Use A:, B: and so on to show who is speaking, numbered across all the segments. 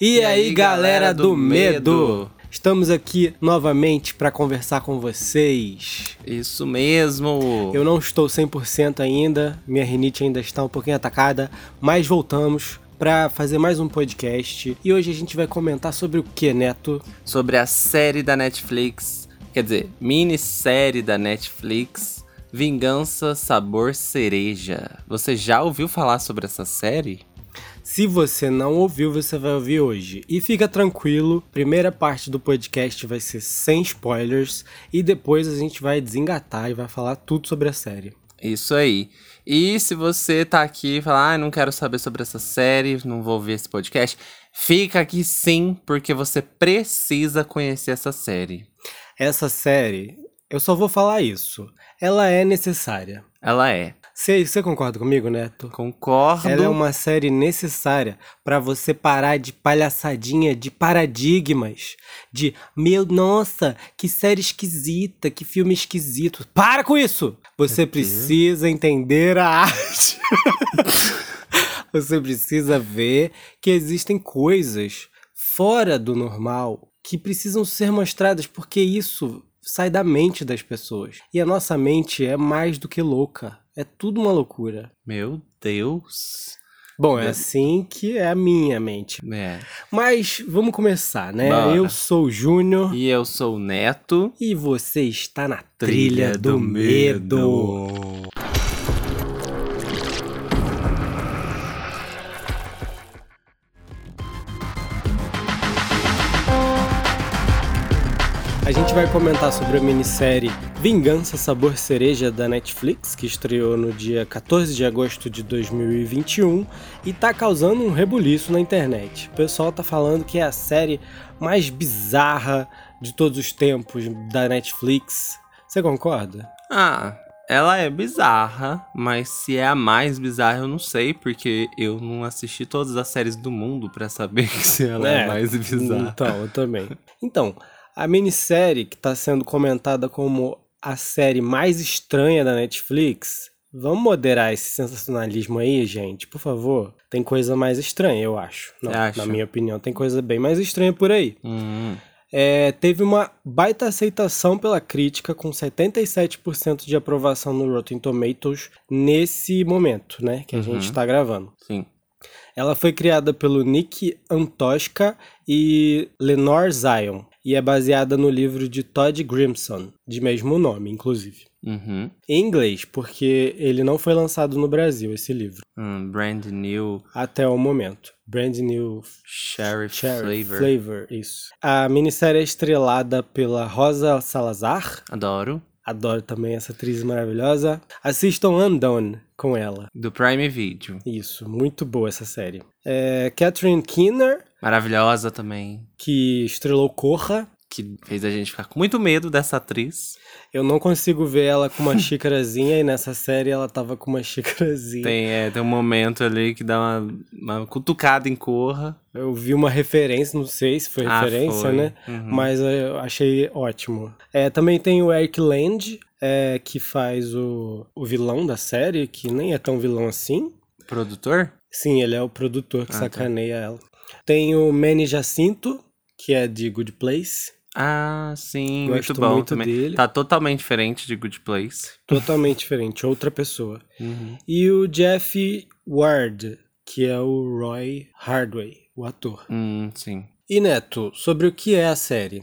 A: E, aí, galera do medo? Estamos aqui novamente para conversar com vocês.
B: Isso mesmo.
A: Eu não estou 100% ainda, minha rinite ainda está um pouquinho atacada, mas voltamos para fazer mais um podcast. E hoje a gente vai comentar sobre o que, Neto?
B: Sobre a série da Netflix, quer dizer, minissérie da Netflix, Vingança Sabor Cereja. Você já ouviu falar sobre essa série?
A: Se você não ouviu, você vai ouvir hoje. E fica tranquilo, primeira parte do podcast vai ser sem spoilers e depois a gente vai desengatar e vai falar tudo sobre a série.
B: Isso aí. E se você tá aqui e fala, ah, não quero saber sobre essa série, não vou ver esse podcast, fica aqui sim, porque você precisa conhecer essa série.
A: Essa série, eu só vou falar isso. Ela é necessária.
B: Ela é.
A: Você concorda comigo, Neto?
B: Concordo.
A: Ela é uma série necessária para você parar de palhaçadinha de paradigmas. De, meu, nossa, que série esquisita, que filme esquisito. Para com isso! Você precisa entender a arte. você precisa ver que existem coisas fora do normal que precisam ser mostradas, porque isso sai da mente das pessoas. E a nossa mente é mais do que louca. É tudo uma loucura.
B: Meu Deus.
A: Bom, é assim que é a minha mente.
B: É.
A: Mas vamos começar, né?
B: Bora.
A: Eu sou o Júnior
B: E eu sou o Neto.
A: e você está na trilha, do, medo. A gente vai comentar sobre a minissérie Vingança Sabor Cereja da Netflix, que estreou no dia 14 de agosto de 2021 e tá causando um rebuliço na internet. O pessoal tá falando que é a série mais bizarra de todos os tempos da Netflix. Você concorda?
B: Ah, ela é bizarra, mas se é a mais bizarra eu não sei, porque eu não assisti todas as séries do mundo pra saber que se ela é,
A: É.
B: a mais bizarra.
A: Então, eu também. Então, a minissérie que está sendo comentada como a série mais estranha da Netflix. Vamos moderar esse sensacionalismo aí, gente, por favor. Tem coisa mais estranha, eu acho. Não,
B: Você acha?
A: Na minha opinião, tem coisa bem mais estranha por aí.
B: Hum,
A: É, teve uma baita aceitação pela crítica, com 77% de aprovação no Rotten Tomatoes nesse momento, né? Que a
B: Uhum.
A: gente está gravando.
B: sim.
A: Ela foi criada pelo Nick Antosca e Lenore Zion e é baseada no livro de Todd Grimson, de mesmo nome, inclusive.
B: Uhum.
A: Em inglês, porque ele não foi lançado no Brasil, esse livro,
B: Hum, brand new
A: até o momento. Brand new
B: Sheriff,
A: cherry
B: Flavor.
A: flavor, isso. A minissérie é estrelada pela Rosa Salazar.
B: Adoro.
A: Adoro também essa atriz maravilhosa. Assistam Undone com ela.
B: Do Prime Video.
A: Isso, muito boa essa série. É, Catherine Keener,
B: Maravilhosa também.
A: que estrelou Corra,
B: Que fez a gente ficar com muito medo dessa atriz.
A: Eu não consigo ver ela com uma xícarazinha e nessa série ela tava com uma xícarazinha.
B: Tem, é, tem um momento ali que dá uma, uma cutucada em corra.
A: Eu vi uma referência, não sei se foi
B: Ah,
A: referência,
B: foi.
A: né?
B: Uhum.
A: Mas eu achei ótimo. É, também tem o Eric Land, é, que faz o, o vilão da série, que nem é tão vilão assim.
B: Produtor?
A: Sim, ele é o produtor que
B: Ah, tá.
A: sacaneia ela. Tem o Manny Jacinto, que é de Good Place.
B: Ah, sim,
A: Gosto
B: muito bom
A: muito
B: também.
A: dele.
B: Tá totalmente diferente de Good Place.
A: Totalmente diferente, outra pessoa. E o Jeff Ward, que é o Roy Hardway, o ator.
B: Hum, sim.
A: E Neto, sobre o que é a série?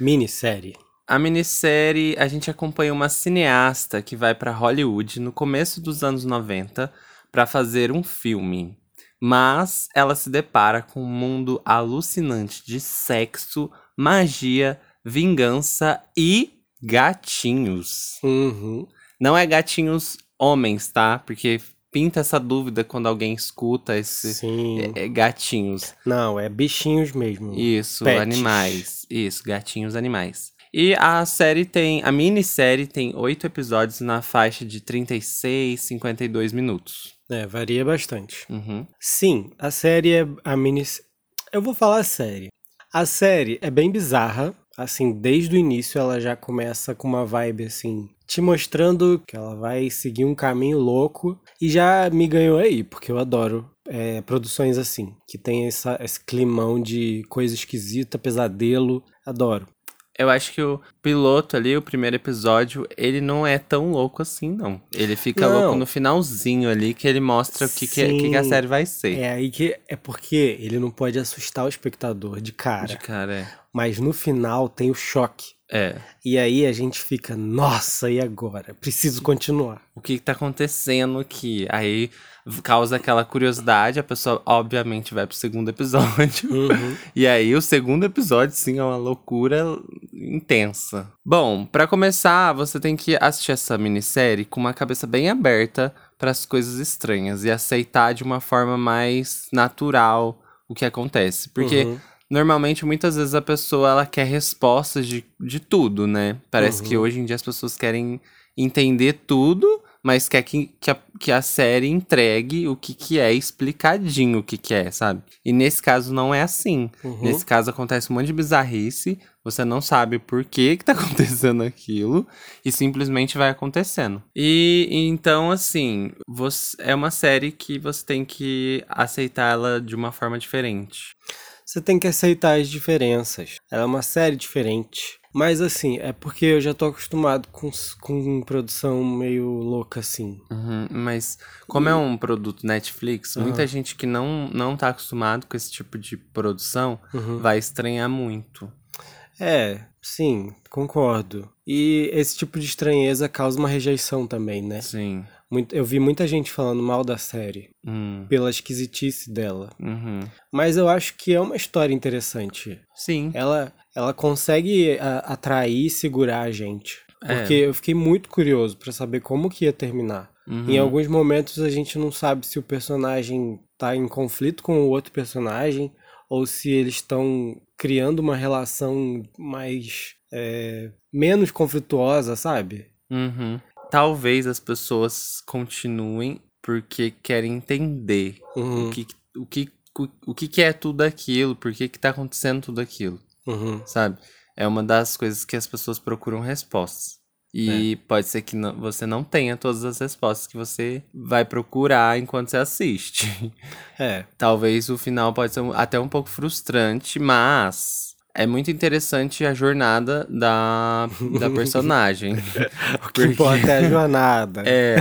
A: Minissérie.
B: A minissérie, a gente acompanha uma cineasta que vai pra Hollywood no começo dos anos 90 pra fazer um filme. Mas ela se depara com um mundo alucinante de sexo, magia, vingança e gatinhos.
A: Uhum.
B: Não é gatinhos homens, tá? Porque pinta essa dúvida quando alguém escuta esse
A: Sim.
B: é, é, gatinhos.
A: Não, é bichinhos mesmo.
B: Isso,
A: Pets.
B: animais. Isso, gatinhos animais. E a série tem. A minissérie tem oito episódios na faixa de 36, 52 minutos.
A: É, varia bastante.
B: Uhum.
A: Sim, a série é a minis. Eu vou falar a série. A série é bem bizarra. Assim, desde o início ela já começa com uma vibe assim, te mostrando que ela vai seguir um caminho louco e já me ganhou aí, porque eu adoro é, produções assim, que tem essa, esse climão de coisa esquisita, pesadelo, adoro.
B: Eu acho que o piloto ali, o primeiro episódio, ele não é tão louco assim, não. Ele fica
A: Não.
B: louco no finalzinho ali, que ele mostra o que, que,
A: Sim.
B: que que a série vai ser.
A: É aí que é porque ele não pode assustar o espectador de cara,
B: De cara,
A: mas no final tem o choque.
B: é. é.
A: E aí a gente fica, nossa, e agora? Preciso continuar.
B: O que que tá acontecendo aqui? Aí causa aquela curiosidade, a pessoa obviamente vai pro segundo episódio.
A: Uhum.
B: E aí, o segundo episódio, sim, é uma loucura intensa. Bom, pra começar, você tem que assistir essa minissérie com uma cabeça bem aberta pras coisas estranhas e aceitar de uma forma mais natural o que acontece. Porque
A: Uhum.
B: normalmente, muitas vezes, a pessoa ela quer respostas de, de tudo, né? Parece que
A: Uhum.
B: hoje em dia as pessoas querem entender tudo, mas quer que, que, a, que a série entregue o que, que é explicadinho o que, que é, sabe? E nesse caso não é assim.
A: Uhum.
B: Nesse caso acontece um monte de bizarrice, você não sabe por que que tá acontecendo aquilo e simplesmente vai acontecendo. E então assim, você- é uma série que você tem que aceitar ela de uma forma diferente.
A: Você tem que aceitar as diferenças. Ela é uma série diferente. Mas assim, é porque eu já tô acostumado com, s- com produção meio louca assim.
B: Uhum, mas como é um produto Netflix, muita gente que não não tá acostumado com esse tipo de produção
A: Uhum.
B: vai estranhar muito.
A: É, sim, concordo. E esse tipo de estranheza causa uma rejeição também, né?
B: Sim.
A: Muito- eu vi muita gente falando mal da série
B: Hum,
A: pela esquisitice dela.
B: uhum.
A: Mas eu acho que é uma história interessante.
B: Sim.
A: Ela, ela consegue a- atrair e segurar a gente.
B: É.
A: Porque eu fiquei muito curioso pra saber como que ia terminar.
B: Uhum.
A: Em alguns momentos a gente não sabe se o personagem tá em conflito com o outro personagem ou se eles estão criando uma relação mais é, menos conflituosa, sabe?
B: Uhum. Talvez as pessoas continuem porque querem entender
A: Uhum,
B: o, que, o, que, o que que é tudo aquilo, por que que tá acontecendo tudo aquilo,
A: uhum.
B: sabe? É uma das coisas que as pessoas procuram respostas. E
A: É.
B: pode ser que não- você não tenha todas as respostas que você vai procurar enquanto você assiste.
A: É,
B: Talvez o final pode ser um- até um pouco frustrante, mas é muito interessante a jornada da, da personagem.
A: o que importa é a jornada.
B: É.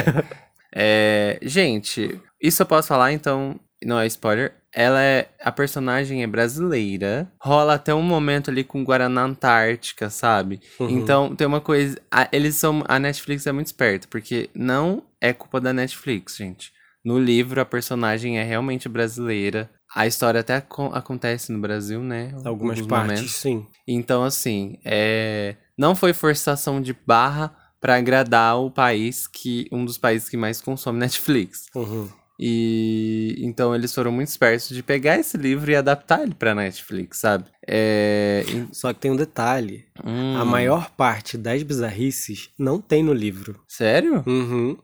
B: É, Gente, isso eu posso falar, então. Não é spoiler. Ela é. A personagem é brasileira. Rola até um momento ali com Guaraná Antártica, sabe?
A: Uhum.
B: Então tem uma coisa. a- eles são. A Netflix é muito esperta, porque não é culpa da Netflix, gente. No livro, a personagem é realmente brasileira. A história até acon- acontece no Brasil, né?
A: Algumas
B: Alguns
A: partes,
B: momentos.
A: sim.
B: Então, assim, é... não foi forçação de barra pra agradar o país que um dos países que mais consome Netflix.
A: Uhum.
B: E então eles foram muito espertos de pegar esse livro e adaptar ele pra Netflix, sabe? É... e-
A: Só que tem um detalhe.
B: Hum,
A: A maior parte das bizarrices não tem no livro.
B: Sério?
A: Uhum.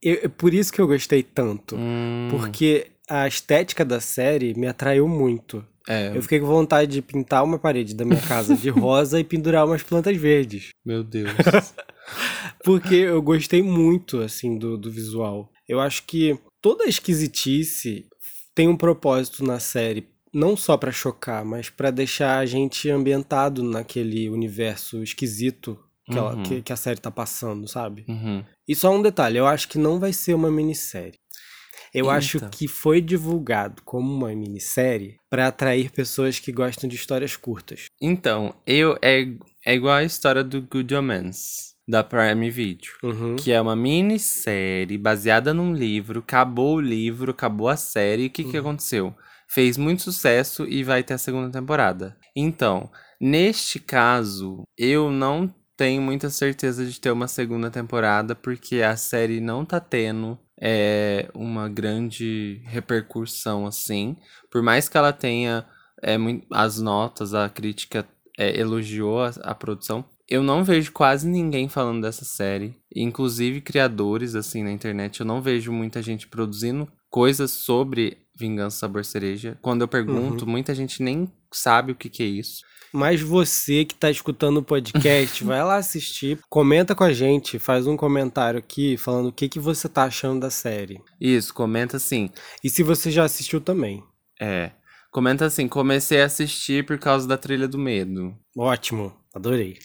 A: Eu- eu- por isso que eu gostei tanto.
B: Hum,
A: Porque a estética da série me atraiu muito.
B: É,
A: Eu fiquei com vontade de pintar uma parede da minha casa de rosa e pendurar umas plantas verdes.
B: meu Deus.
A: Porque eu gostei muito, assim, do, do visual. Eu acho que toda esquisitice tem um propósito na série. Não só pra chocar, mas pra deixar a gente ambientado naquele universo esquisito que, ela-
B: Uhum.
A: que- que a série tá passando, sabe?
B: Uhum.
A: E só um detalhe, eu acho que não vai ser uma minissérie. Eu
B: Eita.
A: acho que foi divulgado como uma minissérie pra atrair pessoas que gostam de histórias curtas.
B: Então, eu é, é igual a história do Good Omens, da Prime Video.
A: Uhum.
B: Que é uma minissérie baseada num livro. Acabou o livro, acabou a série. E o que, que aconteceu? Fez muito sucesso e vai ter a segunda temporada. Então, neste caso, eu não tenho muita certeza de ter uma segunda temporada, porque a série não tá tendo é, uma grande repercussão assim. Por mais que ela tenha é, mui- as notas, a crítica é, elogiou a, a produção. Eu não vejo quase ninguém falando dessa série, inclusive criadores assim na internet. Eu não vejo muita gente produzindo coisas sobre Vingança Sabor Cereja. Quando eu pergunto, muita gente nem sabe o que, que é isso.
A: Mas você que tá escutando o podcast, vai lá assistir, comenta com a gente, faz um comentário aqui falando o que, que você tá achando da série.
B: Isso, comenta assim.
A: E se você já assistiu também.
B: É. Comenta assim, comecei a assistir por causa da trilha do medo.
A: Ótimo, adorei.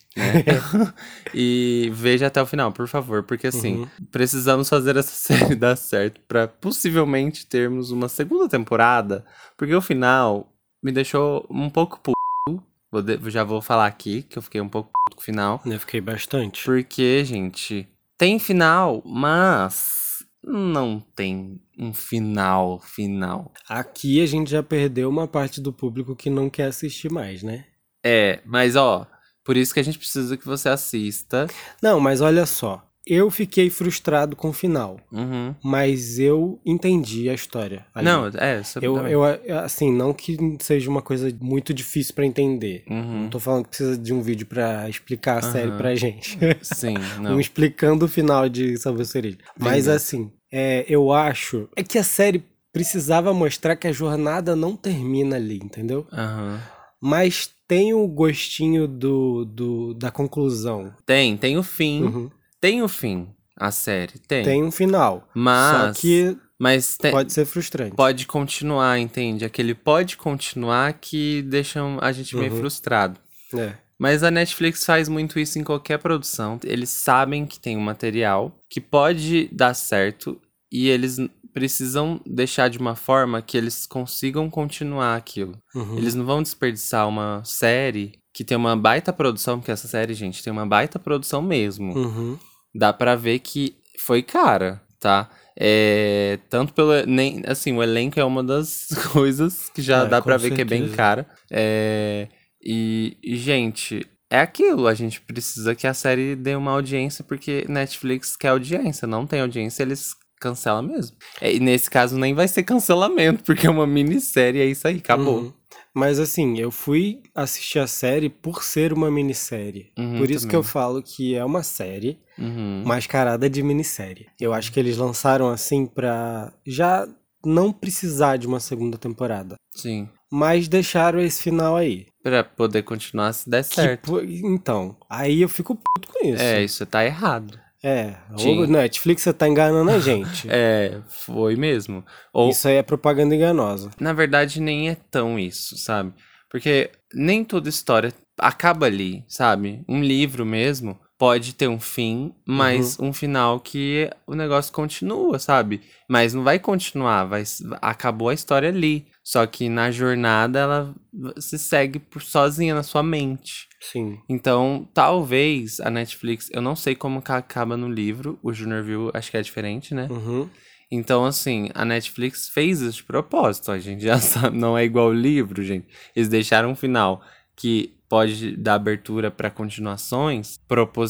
B: E veja até o final, por favor, porque assim, precisamos fazer essa série dar certo pra possivelmente termos uma segunda temporada, porque o final me deixou um pouco puto. Vou de- já vou falar aqui que eu fiquei um pouco puto com o final,
A: Uhum. Eu fiquei bastante.
B: porque, gente, tem final, mas não tem um final final.
A: Aqui a gente já perdeu uma parte do público que não quer assistir mais, né?
B: É, mas ó, por isso que a gente precisa que você assista.
A: Não, mas olha só. Eu fiquei frustrado com o final,
B: Uhum.
A: mas eu entendi a história. ali.
B: Não, é, você
A: eu,
B: também.
A: eu, assim, não que seja uma coisa muito difícil pra entender.
B: Uhum.
A: Não tô falando que precisa de um vídeo pra explicar a
B: Aham.
A: série pra gente.
B: Sim, não.
A: Um explicando o final de Sabor Cereja. Mas
B: Entendi.
A: assim, é, eu acho. É que a série precisava mostrar que a jornada não termina ali, entendeu?
B: Aham.
A: Mas tem o gostinho do, do- da conclusão.
B: Tem, tem o fim.
A: Uhum.
B: Tem o fim. A série, tem.
A: Tem um final.
B: Mas,
A: Só que
B: mas te- pode...
A: pode ser frustrante.
B: continuar, entende? Aquele pode continuar que deixa um, a gente meio
A: Uhum.
B: frustrado.
A: É.
B: Mas a Netflix faz muito isso em qualquer produção. Eles sabem que tem um material que pode dar certo e eles n- precisam deixar de uma forma que eles consigam continuar aquilo.
A: Uhum.
B: Eles não vão desperdiçar uma série que tem uma baita produção, porque essa série, gente, tem uma baita produção mesmo.
A: Uhum.
B: Dá pra ver que foi cara, tá? É, tanto pelo. Nem, assim, o elenco é uma das coisas que já
A: É,
B: dá
A: com
B: pra ver que é bem
A: certeza.
B: cara. É, e, e, gente, é aquilo. A gente precisa que a série dê uma audiência, porque Netflix quer audiência. Não tem audiência, eles cancelam mesmo. É, E nesse caso nem vai ser cancelamento, porque é uma minissérie, é isso aí, acabou.
A: Uhum. Mas assim, eu fui assistir a série por ser uma minissérie.
B: Uhum,
A: Por isso que
B: também.
A: eu falo que é uma série
B: Uhum.
A: mascarada de minissérie. Eu acho que eles lançaram assim pra já não precisar de uma segunda temporada.
B: Sim.
A: Mas deixaram esse final aí.
B: Pra poder continuar se der
A: Que
B: certo.
A: po- então, aí eu fico puto com isso.
B: É, isso tá errado.
A: É,
B: Sim.
A: o Netflix você tá enganando a gente.
B: É, foi mesmo. Ou,
A: Isso aí é propaganda enganosa.
B: na verdade, nem é tão isso, sabe? Porque nem toda história acaba ali, sabe? Um livro mesmo pode ter um fim, mas um final que o negócio continua, sabe? Mas não vai continuar, vai s- acabou a história ali. Só que na jornada ela se segue por sozinha na sua mente.
A: Sim.
B: Então, talvez a Netflix, eu não sei como que acaba no livro, o Junior View acho que é diferente, né?
A: Uhum.
B: Então, assim, a Netflix fez isso de propósito, a gente já sabe, não é igual o livro, gente. Eles deixaram um final que pode dar abertura pra continuações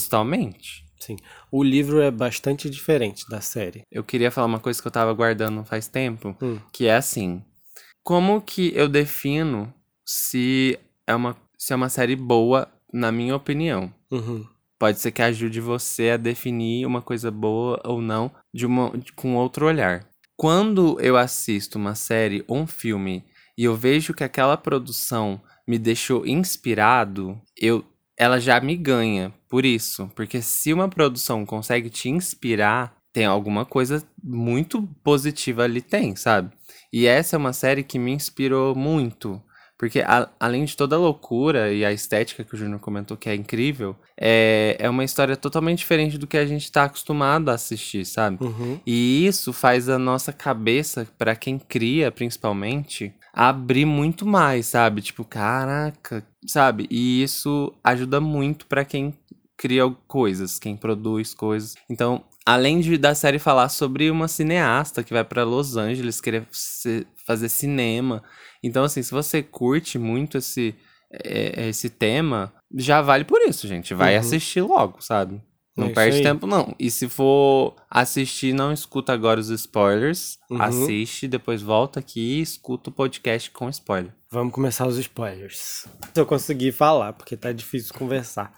B: propositalmente.
A: O livro é bastante diferente da série.
B: Eu queria falar uma coisa que eu tava guardando faz tempo,
A: Hum.
B: que é assim, como que eu defino se é uma se é uma série boa, na minha opinião?
A: Uhum.
B: Pode ser que ajude você a definir uma coisa boa ou não de uma, de- com outro olhar. Quando eu assisto uma série ou um filme e eu vejo que aquela produção me deixou inspirado, eu, ela já me ganha por isso. Porque se uma produção consegue te inspirar, tem alguma coisa muito positiva ali, tem, sabe? E essa é uma série que me inspirou muito. Porque a- além de toda a loucura e a estética que o Júnior comentou que é incrível, é, é uma história totalmente diferente do que a gente tá acostumado a assistir, sabe?
A: Uhum.
B: E isso faz a nossa cabeça, pra quem cria principalmente, abrir muito mais, sabe? Tipo, caraca, sabe? E isso ajuda muito pra quem cria coisas, quem produz coisas. Então, além de da série falar sobre uma cineasta que vai pra Los Angeles querer se- fazer cinema. Então, assim, se você curte muito esse é- esse tema, já vale por isso, gente. Vai
A: Uhum.
B: assistir logo, sabe?
A: É
B: Não
A: isso
B: perde
A: aí.
B: tempo, não. E se for assistir, não escuta agora os spoilers.
A: Uhum.
B: Assiste, depois volta aqui e escuta o podcast com spoiler.
A: Vamos começar os spoilers. Se eu conseguir falar, porque tá difícil conversar.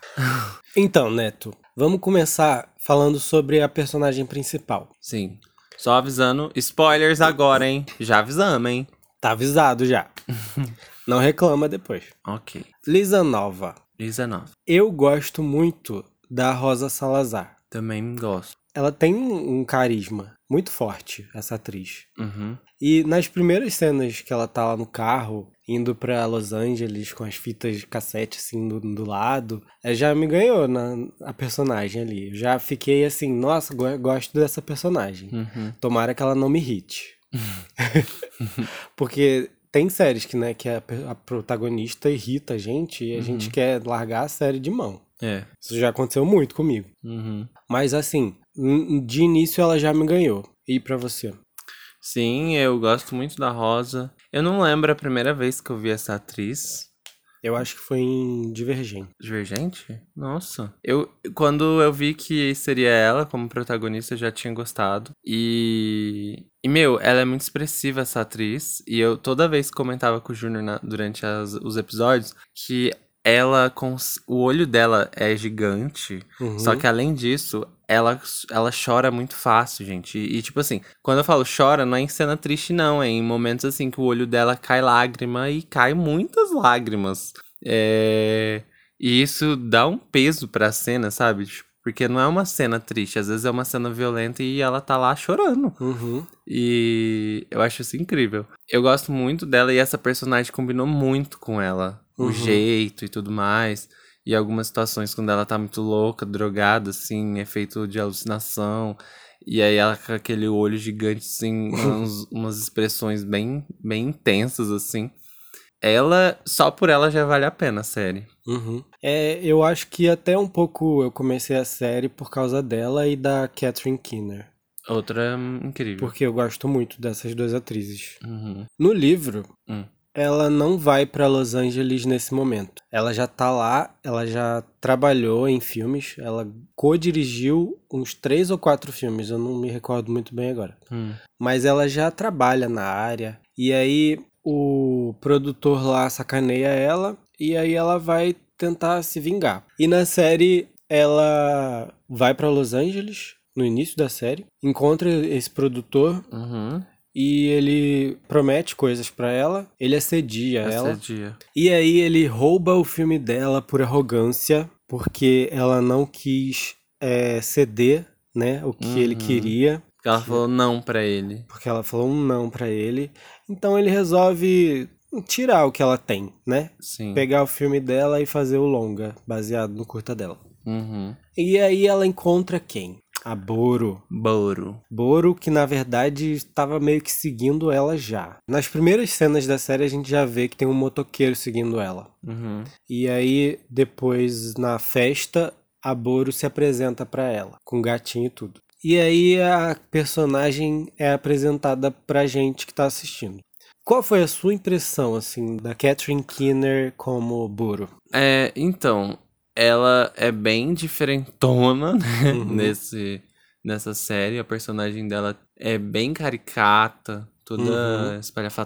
A: então, Neto, vamos começar falando sobre a personagem principal.
B: Sim. Só avisando, spoilers agora, hein? Já avisamos, hein?
A: Tá avisado já. Não reclama depois.
B: Ok.
A: Lisa Nova.
B: 19.
A: Eu gosto muito da Rosa Salazar.
B: Também gosto.
A: Ela tem um carisma muito forte, essa atriz.
B: Uhum.
A: E nas primeiras cenas que ela tá lá no carro, indo pra Los Angeles com as fitas de cassete assim do, do lado, ela já me ganhou na, a personagem ali. Eu já fiquei assim, nossa, go- gosto dessa personagem.
B: Uhum.
A: Tomara que ela não me irrite. Porque tem séries que, né, que a, pe- a protagonista irrita a gente e a gente quer largar a série de mão.
B: É.
A: Isso já aconteceu muito comigo.
B: Uhum.
A: Mas assim, n- de início ela já me ganhou. E pra você?
B: Sim, eu gosto muito da Rosa. Eu não lembro a primeira vez que eu vi essa atriz.
A: Eu acho que foi em Divergente.
B: Divergente? Nossa. Eu, quando eu vi que seria ela como protagonista, eu já tinha gostado. E. E, meu, ela é muito expressiva, essa atriz. E eu toda vez comentava com o Júnior na- durante as- os episódios que ela. cons- o olho dela é gigante.
A: Uhum.
B: Só que além disso, ela, ela chora muito fácil, gente. E, e, tipo assim, quando eu falo chora, não é em cena triste, não. É em momentos assim que o olho dela cai lágrima e cai muitas lágrimas. É, E isso dá um peso pra cena, sabe? Tipo, Porque não é uma cena triste, às vezes é uma cena violenta e ela tá lá chorando.
A: Uhum.
B: E eu acho isso incrível. Eu gosto muito dela e essa personagem combinou muito com ela.
A: Uhum.
B: O jeito e tudo mais. E algumas situações quando ela tá muito louca, drogada, assim, efeito de alucinação. E aí ela com aquele olho gigante, assim, uns- umas expressões bem, bem intensas, assim. Ela, só por ela já vale a pena a série.
A: Uhum. É, eu acho que até um pouco eu comecei a série por causa dela e da Catherine Keener.
B: Outra hum, incrível.
A: Porque eu gosto muito dessas duas atrizes.
B: Uhum.
A: No livro,
B: Hum.
A: ela não vai pra Los Angeles nesse momento. Ela já tá lá, ela já trabalhou em filmes, ela co-dirigiu uns três ou quatro filmes, eu não me recordo muito bem agora.
B: Hum.
A: Mas ela já trabalha na área, e aí o produtor lá sacaneia ela, e aí ela vai tentar se vingar. E na série, ela vai pra Los Angeles, no início da série, encontra esse produtor
B: Uhum.
A: e ele promete coisas pra ela, ele assedia ela.
B: Essa dia.
A: E aí ele rouba o filme dela por arrogância, porque ela não quis eh, ceder, né, o que ele
B: Uhum.
A: queria,
B: Ela falou não pra ele.
A: porque ela falou um não pra ele. Então ele resolve tirar o que ela tem, né?
B: Sim.
A: Pegar o filme dela e fazer o longa, baseado no curta dela.
B: Uhum.
A: E aí ela encontra quem? A Boro.
B: Boro.
A: Boro, que na verdade estava meio que seguindo ela já. Nas primeiras cenas da série a gente já vê que tem um motoqueiro seguindo ela.
B: Uhum.
A: E aí depois na festa a Boro se apresenta pra ela, com gatinho e tudo. E aí a personagem é apresentada pra gente que tá assistindo. Qual foi a sua impressão assim da Catherine Keener como Boro?
B: É, então, ela é bem diferentona, né?
A: Uhum.
B: Nesse, nessa série. A personagem dela é bem caricata, toda
A: Uhum.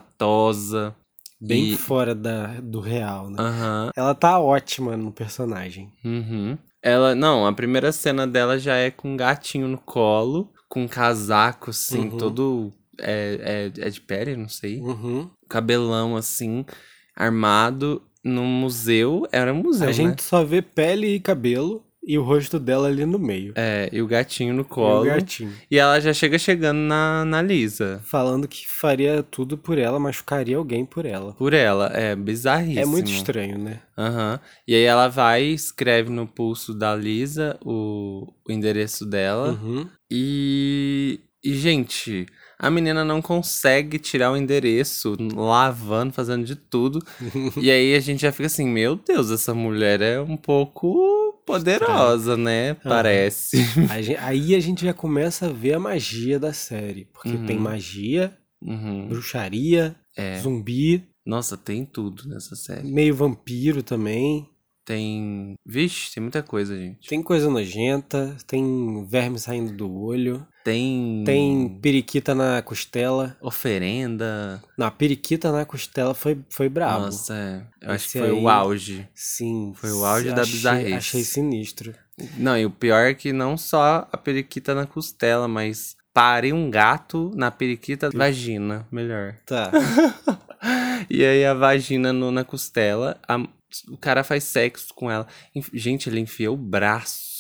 B: espalhafatosa.
A: Bem
B: E-
A: fora da, do real, né?
B: Aham.
A: Ela tá ótima no personagem.
B: Uhum. Ela, não, a primeira cena dela já é com um gatinho no colo, com um casaco, assim,
A: Uhum.
B: todo. É, é, é de pele, não sei.
A: Uhum.
B: Cabelão, assim, armado, num museu. Era um museu,
A: A
B: né?
A: gente só vê pele e cabelo e o rosto dela ali no meio.
B: É, e o gatinho no
A: E o
B: colo.
A: gatinho.
B: E ela já chega chegando na, na Lisa.
A: Falando que faria tudo por ela, machucaria alguém por ela.
B: Por ela. É bizarríssimo.
A: É muito estranho, né?
B: Aham. E aí ela vai e escreve no pulso da Lisa o, o endereço dela.
A: Uhum.
B: E. E, gente, a menina não consegue tirar o endereço, lavando, fazendo de tudo. e aí a gente já fica assim: meu Deus, essa mulher é um pouco poderosa, né? Parece.
A: A gen- aí a gente já começa a ver a magia da série. Porque
B: Uhum.
A: tem magia,
B: Uhum.
A: bruxaria,
B: É.
A: zumbi,
B: Nossa, tem tudo nessa série.
A: meio vampiro também.
B: Tem. Vixe, tem muita coisa, gente.
A: Tem coisa nojenta, tem verme saindo do olho,
B: Tem.
A: tem periquita na costela.
B: Oferenda.
A: Não, a periquita na costela foi, foi brabo.
B: Nossa, é. Eu acho
A: Esse
B: que foi
A: aí-
B: o auge.
A: Sim.
B: Foi o auge da
A: achei-
B: bizarrice.
A: Achei sinistro.
B: Não, e o pior é que não só a periquita na costela, mas parei um gato na periquita vagina. Melhor.
A: Tá.
B: E aí a vagina no- na costela, a- o cara faz sexo com ela. Enf- Gente, ele enfia o braço,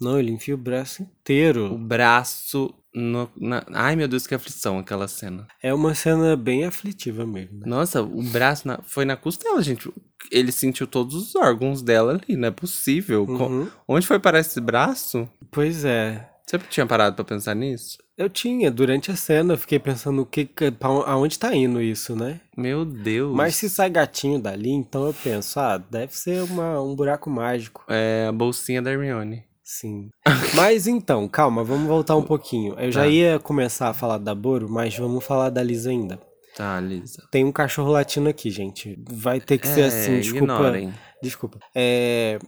A: Não, ele enfia o braço
B: o
A: inteiro.
B: braço no- na... Ai, meu Deus, que aflição aquela cena.
A: É uma cena bem aflitiva mesmo. né?
B: Nossa, o braço na- foi na costela, gente. Ele sentiu todos os órgãos dela ali, não é possível. Co-
A: Uhum.
B: Onde foi parar esse braço?
A: Pois é.
B: Você tinha parado pra pensar nisso?
A: Eu tinha, durante a cena, eu fiquei pensando o que, que- pra on- aonde tá indo isso, né?
B: Meu Deus.
A: Mas se sai gatinho dali, então eu penso, ah, deve ser uma, um buraco mágico.
B: É a bolsinha da Hermione.
A: Sim. mas então, calma, vamos voltar um pouquinho. Eu já
B: Tá.
A: ia começar a falar da Boro, mas vamos falar da Liz ainda.
B: Tá, Lisa.
A: Tem um cachorro latino aqui, gente. Vai ter que ser
B: É,
A: assim, desculpa.
B: ignorem.
A: Desculpa. É,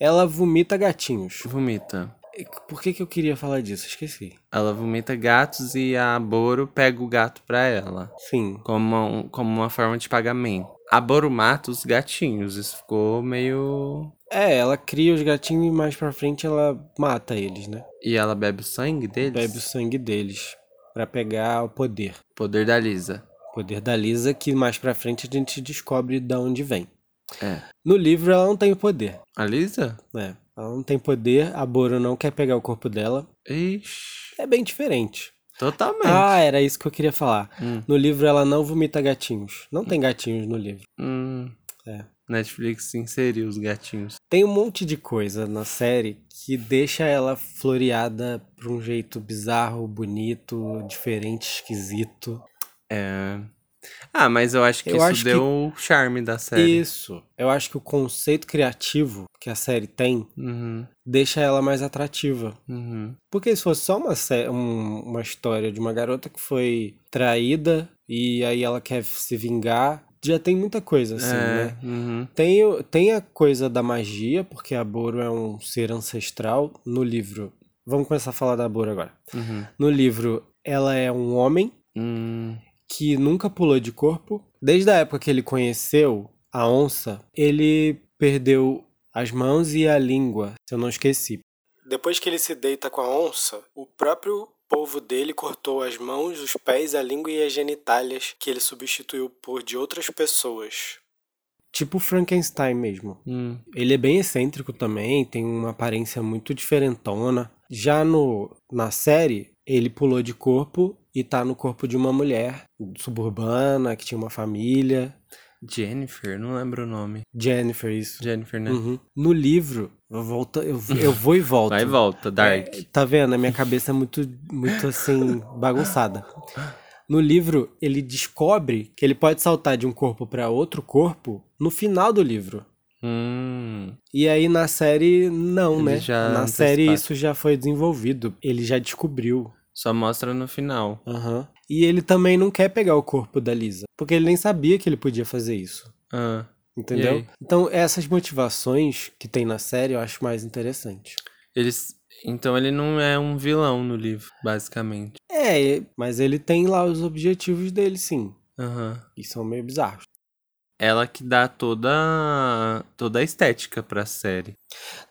A: ela vomita gatinhos.
B: Vomita.
A: Por que, que eu queria falar disso? Esqueci.
B: Ela vomita gatos e a Boro pega o gato pra ela.
A: Sim.
B: Como, um- como uma forma de pagamento. A Boro mata os gatinhos. Isso ficou meio.
A: É, ela cria os gatinhos e mais pra frente ela mata eles, né?
B: E ela bebe o sangue deles?
A: Bebe o sangue deles pra pegar o poder.
B: Poder da Lisa.
A: O poder da Lisa, que mais pra frente a gente descobre de onde vem.
B: É.
A: No livro ela não tem o poder,
B: A Lisa?
A: né? Ela não tem poder, a Boro não quer pegar o corpo dela.
B: Ixi.
A: É bem diferente.
B: Totalmente.
A: Ah, é. era isso que eu queria falar.
B: Hum.
A: No livro ela não vomita gatinhos. Não tem gatinhos no livro.
B: Hum.
A: É.
B: Netflix inseriu os gatinhos.
A: Tem um monte de coisa na série que deixa ela floreada por um jeito bizarro, bonito, diferente, esquisito.
B: É. Ah, mas eu acho que
A: Eu
B: isso
A: acho que-
B: deu o charme da série.
A: Isso. Eu acho que o conceito criativo que a série tem
B: Uhum,
A: deixa ela mais atrativa.
B: uhum.
A: Porque se fosse só uma, sé- um- uma história de uma garota que foi traída e aí ela quer se vingar, já tem muita coisa assim,
B: é,
A: né?
B: uhum.
A: Tem, o- tem a coisa da magia, porque a Boro é um ser ancestral no livro. Vamos começar a falar da Boro agora.
B: Uhum.
A: No livro, ela é um homem
B: Hum,
A: que nunca pulou de corpo. Desde a época que ele conheceu a onça, ele perdeu as mãos e a língua, se eu não esqueci. Depois que ele se deita com a onça, o próprio povo dele cortou as mãos, os pés, a língua e as genitálias, que ele substituiu por de outras pessoas. Tipo Frankenstein mesmo.
B: hum.
A: Ele é bem excêntrico também, tem uma aparência muito diferentona. Já no, na série, ele pulou de corpo e tá no corpo de uma mulher suburbana, que tinha uma família.
B: Jennifer, não lembro o nome.
A: Jennifer, isso.
B: Jennifer, né?
A: Uhum. No livro, eu, volto, eu, eu vou e volto.
B: Vai e volta, Dark.
A: É, tá vendo? A minha cabeça é muito, muito assim, bagunçada. No livro, ele descobre que ele pode saltar de um corpo pra outro corpo no final do livro.
B: Hum.
A: E aí na série, não,
B: Eles
A: né?
B: já
A: na série
B: anteciparam.
A: isso já foi desenvolvido. Ele já descobriu.
B: Só mostra no final.
A: Aham. E ele também não quer pegar o corpo da Lisa. Porque ele nem sabia que ele podia fazer isso.
B: Ah. E
A: Entendeu?
B: aí?
A: Então, essas motivações que tem na série eu acho mais interessante.
B: Eles... Então ele não é um vilão no livro, basicamente.
A: É, mas ele tem lá os objetivos dele, sim.
B: Aham.
A: E são meio bizarros.
B: Ela que dá toda, toda a estética pra série.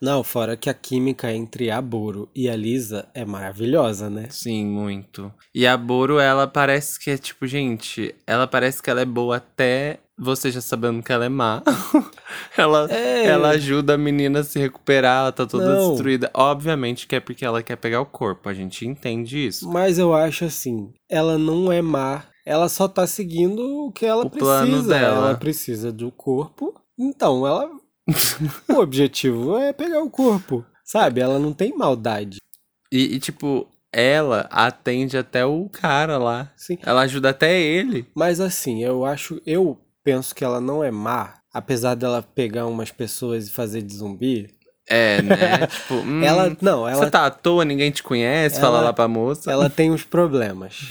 A: Não, fora que a química entre a Boro e a Lisa é maravilhosa, né?
B: Sim, muito. E a Boro, ela parece que é tipo, gente, ela parece que ela é boa até você já sabendo que ela é má. ela,
A: É.
B: ela ajuda a menina a se recuperar, ela tá toda
A: Não.
B: destruída. Obviamente que é porque ela quer pegar o corpo, a gente entende isso.
A: Mas eu acho assim, ela não é má. Ela só tá seguindo o que ela
B: O
A: precisa.
B: plano dela.
A: Ela precisa do corpo. Então, ela. o objetivo é pegar o corpo. Sabe? Ela não tem maldade.
B: E, e, tipo, ela atende até o cara lá.
A: Sim.
B: Ela ajuda até ele.
A: Mas assim, eu acho. Eu penso que ela não é má. Apesar dela pegar umas pessoas e fazer de zumbi.
B: É, né? tipo, hum,
A: ela. Não, ela
B: você tá à toa, ninguém te conhece, fala
A: Ela-
B: lá pra moça.
A: Ela tem uns problemas.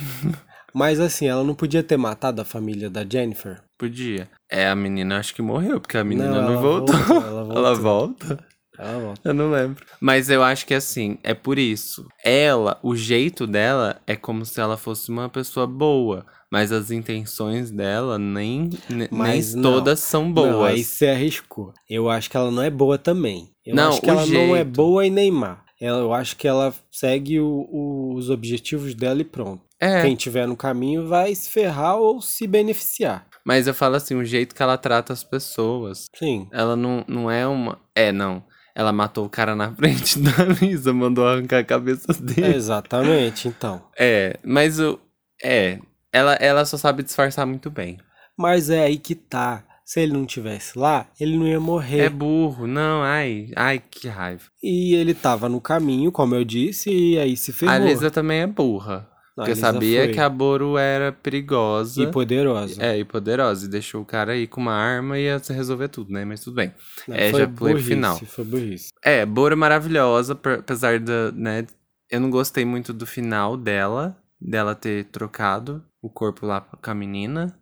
A: Mas assim, ela não podia ter matado a família da Jennifer.
B: Podia. É, a menina acho que morreu, porque a menina não,
A: ela
B: voltou.
A: Ela voltou.
B: Ela volta?
A: Ela volta.
B: Eu não lembro. Mas eu acho que assim, é por isso. Ela, o jeito dela é como se ela fosse uma pessoa boa. Mas as intenções dela nem, ne-
A: Mas
B: nem
A: não.
B: todas são
A: Não, aí
B: boas.
A: você arriscou. Eu acho que ela não é boa também. Eu
B: Não,
A: acho que
B: o
A: ela não é
B: jeito.
A: boa e Neymar. Eu acho que ela segue o- o- os objetivos dela e pronto.
B: é,
A: Quem tiver no caminho vai se ferrar ou se beneficiar.
B: Mas eu falo assim, o jeito que ela trata as pessoas.
A: Sim.
B: Ela não, não é uma. É, não. Ela matou o cara na frente da Lisa, mandou arrancar a cabeça dele.
A: é Exatamente, então.
B: É, mas o. É. Ela, ela só sabe disfarçar muito bem.
A: Mas é aí que tá. Se ele não tivesse lá, ele não ia morrer.
B: É burro, não, ai, ai, que raiva.
A: E ele tava no caminho, como eu disse, e aí se ferrou.
B: A Lisa também é burra.
A: A
B: Porque
A: Lisa
B: sabia
A: foi.
B: que a Boru era perigosa.
A: E poderosa.
B: É, e poderosa. E deixou o cara aí com uma arma e ia se resolver tudo, né? Mas tudo bem.
A: Não,
B: é,
A: foi
B: já pulei pro
A: burrice,
B: final.
A: Foi burrice.
B: É, Boru é maravilhosa, per- apesar da, né? Eu não gostei muito do final dela, dela ter trocado o corpo lá com a menina.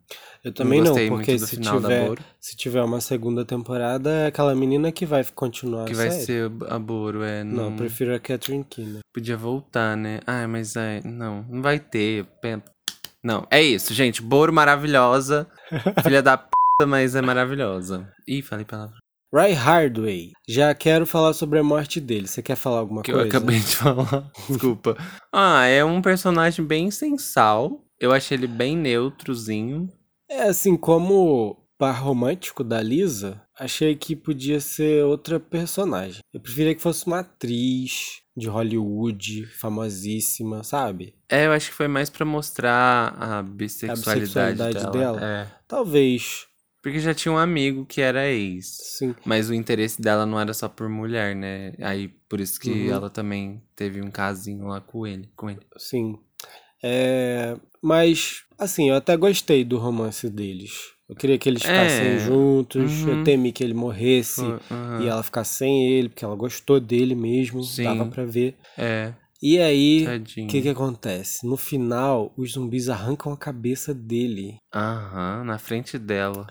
A: Eu também não,
B: gostei
A: porque
B: muito do
A: se
B: final da
A: tiver,
B: Boru.
A: se tiver uma segunda temporada, é aquela menina que vai continuar
B: Que
A: a
B: vai
A: série.
B: ser a Boru, é.
A: Não,
B: Não,
A: eu prefiro a Catherine Keener.
B: podia voltar, né? Ai, mas é, não, não vai ter. pe- Não, é isso, gente. Boru maravilhosa. filha da p, mas é maravilhosa. Ih, falei palavra.
A: Ray Hardway. Já quero falar sobre a morte dele. Você quer falar alguma
B: que eu
A: coisa?
B: acabei de falar. Desculpa. Ah, é um personagem bem sensal. Eu achei ele bem neutrozinho.
A: É assim, como par romântico da Lisa, achei que podia ser outra personagem. Eu preferia que fosse uma atriz de Hollywood, famosíssima, sabe?
B: É, eu acho que foi mais pra mostrar a bissexualidade,
A: bissexualidade
B: dela.
A: dela?
B: É.
A: Talvez,
B: Porque já tinha um amigo que era ex.
A: sim.
B: Mas o interesse dela não era só por mulher, né? Aí por isso que
A: Uhum.
B: ela também teve um casinho lá com ele. Com ele.
A: Sim. É, mas, assim, eu até gostei do romance deles. Eu queria que eles
B: É.
A: ficassem juntos.
B: Uhum.
A: Eu temi que ele morresse
B: Aham.
A: e ela ficasse sem ele, porque ela gostou dele mesmo.
B: Sim.
A: Dava pra ver.
B: É,
A: E aí, o
B: tadinho.
A: que que acontece? No final, os zumbis arrancam a cabeça dele.
B: Aham, na frente dela.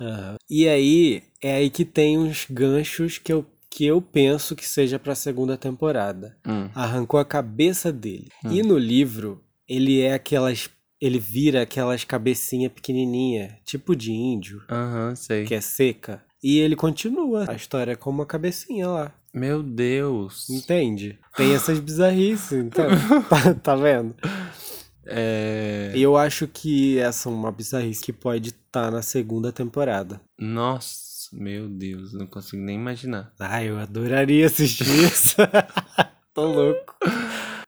A: E aí, é aí que tem uns ganchos que eu, que eu penso que seja pra segunda temporada
B: Hum.
A: arrancou a cabeça dele.
B: Hum.
A: E no livro, ele é aquelas. Ele vira aquelas cabecinha pequenininha, tipo de índio,
B: Aham, sei.
A: que é seca. E ele continua a história com uma cabecinha lá.
B: Meu Deus.
A: Entende? Tem essas bizarrices, então. tá, tá vendo?
B: É...
A: E eu acho que essa é uma bizarrice que pode estar na segunda temporada.
B: Nossa, meu Deus, não consigo nem imaginar.
A: Ai, eu adoraria assistir isso. Tô louco.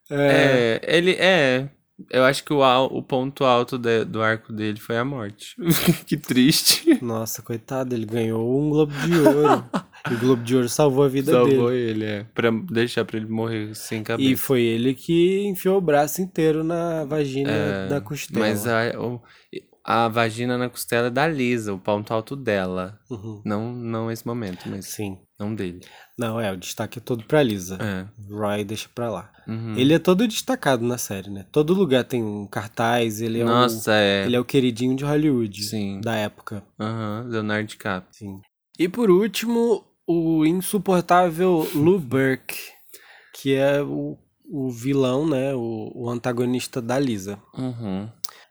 A: É,
B: É, ele é. Eu acho que o, al- o ponto alto de- do arco dele foi a morte. que triste.
A: Nossa, coitado, ele ganhou um Globo de Ouro. e o Globo de Ouro salvou a vida dele.
B: Salvou ele, é. Pra deixar pra ele morrer sem cabeça.
A: E foi ele que enfiou o braço inteiro na vagina
B: É,
A: da costela.
B: Mas a, o- a vagina na costela é da Lisa, o ponto alto dela.
A: Uhum.
B: Não, não esse momento, mas
A: Sim.
B: não dele.
A: Não, é, o destaque é todo pra Lisa.
B: É.
A: Roy deixa pra lá.
B: Uhum.
A: Ele é todo destacado na série, né? Todo lugar tem um cartaz, ele é,
B: Nossa,
A: o,
B: é.
A: ele é o queridinho de Hollywood
B: Sim.
A: da época.
B: Aham, Leonardo DiCaprio.
A: Sim. E por último, o insuportável Lou Burke, que é o, o vilão, né? O- o antagonista da Lisa.
B: Uhum.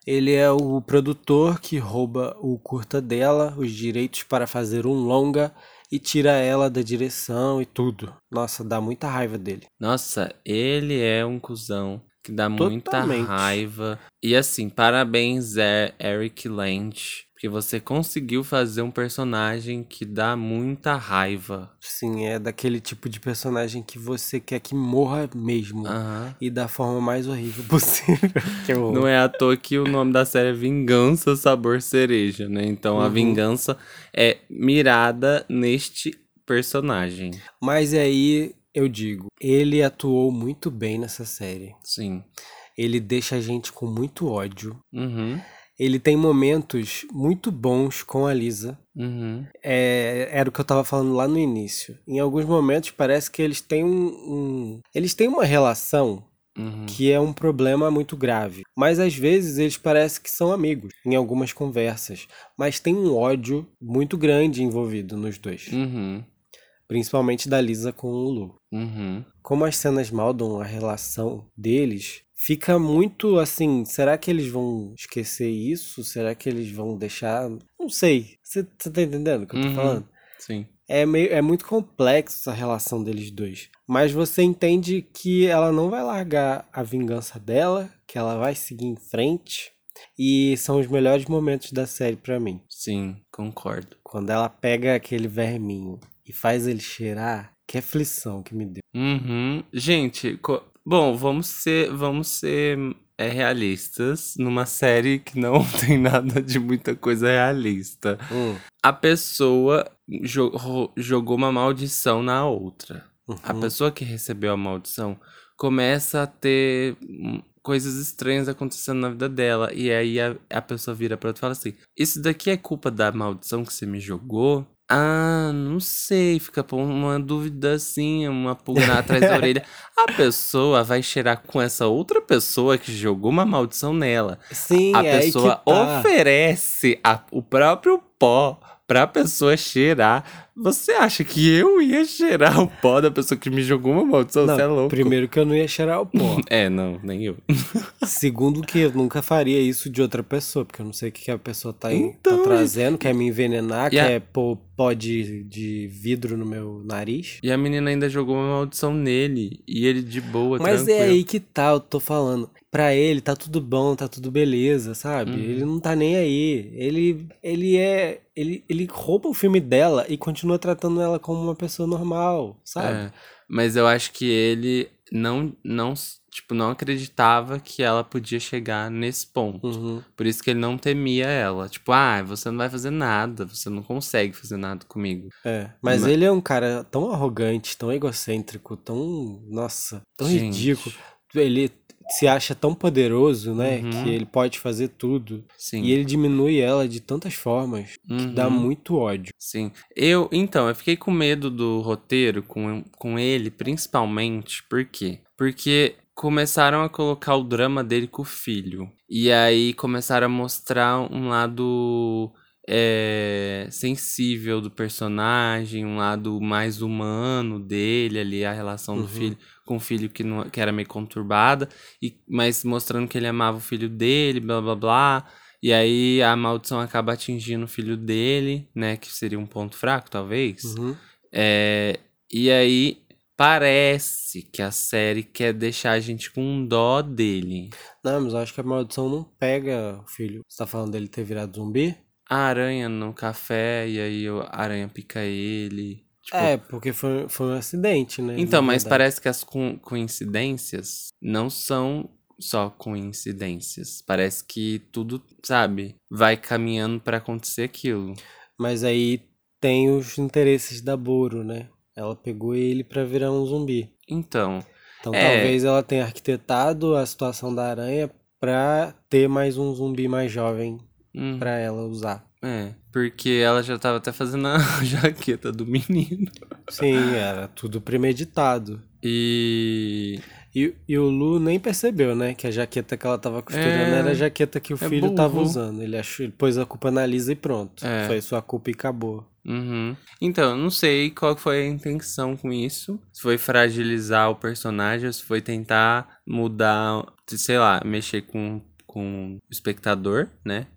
A: Ele é o produtor que rouba o curta dela, os direitos para fazer um longa e tira ela da direção e tudo. Nossa, dá muita raiva dele.
B: Nossa, ele é um cuzão que dá
A: Totalmente.
B: muita raiva. E assim, parabéns, é, Eric Land, porque você conseguiu fazer um personagem que dá muita raiva.
A: Sim, é daquele tipo de personagem que você quer que morra mesmo.
B: Aham.
A: E da forma mais horrível possível. que eu...
B: Não é à toa que o nome da série é Vingança Sabor Cereja, né? Então a
A: Uhum.
B: vingança é mirada neste personagem.
A: é? Mas aí eu digo, ele atuou muito bem nessa série.
B: Sim.
A: Ele deixa a gente com muito ódio.
B: Uhum.
A: Ele tem momentos muito bons com a Lisa.
B: Uhum.
A: É, era o que eu tava falando lá no início. Em alguns momentos parece que eles têm um. um- eles têm uma relação
B: Uhum.
A: que é um problema muito grave. Mas às vezes eles parecem que são amigos em algumas conversas. Mas tem um ódio muito grande envolvido nos dois.
B: Uhum.
A: Principalmente da Lisa com o Lu.
B: Uhum.
A: Como as cenas maldam a relação deles, fica muito assim. Será que eles vão esquecer isso? Será que eles vão deixar. Não sei. Você você tá entendendo o que eu tô
B: Uhum.
A: falando?
B: Sim.
A: É, meio, é muito complexa a relação deles dois. Mas você entende que ela não vai largar a vingança dela, que ela vai seguir em frente. E são os melhores momentos da série pra mim.
B: Sim, concordo.
A: Quando ela pega aquele verminho e faz ele cheirar, que aflição que me deu.
B: Uhum. Gente, co- bom, vamos ser, vamos ser é, realistas numa série que não tem nada de muita coisa realista.
A: Hum.
B: A pessoa jo- ro- jogou uma maldição na outra. A
A: Uhum.
B: pessoa que recebeu a maldição começa a ter hum, coisas estranhas acontecendo na vida dela. E aí a, a pessoa vira pra outra e fala assim: Isso daqui é culpa da maldição que você me jogou? Ah, não sei. Fica por uma dúvida assim, uma pulga atrás da orelha. A pessoa vai cheirar com essa outra pessoa que jogou uma maldição nela.
A: Sim,
B: A
A: é aí
B: pessoa
A: que tá.
B: oferece a- o próprio pó pra pessoa cheirar. Você acha que eu ia cheirar o pó da pessoa que me jogou uma maldição?
A: Não,
B: Você é louco.
A: Primeiro que eu não ia cheirar o pó.
B: É, não, nem eu.
A: Segundo que eu nunca faria isso de outra pessoa, porque eu não sei o que que a pessoa tá, em- tá
B: Então,
A: trazendo, quer me envenenar,
B: E a-
A: quer pôr pó de, de vidro no meu nariz.
B: E a menina ainda jogou uma maldição nele. E ele de boa,
A: Mas
B: tranquilo.
A: é aí que tá, eu tô falando. Pra ele tá tudo bom, tá tudo beleza, sabe?
B: Uhum.
A: Ele não tá nem aí. Ele ele é ele, ele rouba o filme dela e continua tratando ela como uma pessoa normal, sabe?
B: É, mas eu acho que ele não, não, tipo, não acreditava que ela podia chegar nesse ponto.
A: Uhum.
B: Por isso que ele não temia ela. Tipo, ah, você não vai fazer nada, você não consegue fazer nada comigo.
A: É, mas
B: Mas-
A: ele é um cara tão arrogante, tão egocêntrico, tão. Nossa, tão
B: Gente.
A: ridículo. Ele se acha tão poderoso, né?
B: Uhum.
A: Que ele pode fazer tudo.
B: Sim.
A: E ele diminui ela de tantas formas que dá
B: Uhum.
A: muito ódio.
B: Sim. Eu, então, eu fiquei com medo do roteiro com, com ele, principalmente, por quê? Porque começaram a colocar o drama dele com o filho. E aí começaram a mostrar um lado é, sensível do personagem, um lado mais humano dele ali, a relação
A: Uhum.
B: do filho com o filho que, não, que era meio conturbada, e, mas mostrando que ele amava o filho dele, blá blá blá. E aí a maldição acaba atingindo o filho dele, né? Que seria um ponto fraco, talvez.
A: Uhum.
B: É, e aí parece que a série quer deixar a gente com dó dele.
A: Não, mas eu acho que a maldição não pega o filho. Você tá falando dele ter virado zumbi?
B: A aranha no café, e aí o- a aranha pica ele. Tipo,
A: É, porque foi, foi um acidente, né?
B: Então,
A: na
B: mas
A: verdade.
B: parece que as co- coincidências não são só coincidências. Parece que tudo, sabe, vai caminhando pra acontecer aquilo.
A: Mas aí tem os interesses da Boro, né? Ela pegou ele pra virar um zumbi.
B: Então,
A: Então
B: É.
A: talvez ela tenha arquitetado a situação da aranha pra ter mais um zumbi mais jovem
B: hum,
A: pra ela usar.
B: É, porque ela já tava até fazendo a jaqueta do menino.
A: Sim, era tudo premeditado.
B: E.
A: E, e o Lu nem percebeu, né? Que a jaqueta que ela tava costurando
B: É.
A: era a jaqueta que o
B: É
A: filho tava
B: burro.
A: usando. Ele, achou, ele pôs a culpa na Lisa e pronto.
B: É.
A: Foi sua culpa e acabou.
B: Uhum. Então, eu não sei qual que foi a intenção com isso. Se foi fragilizar o personagem, ou se foi tentar mudar, sei lá, mexer com, com o espectador, né?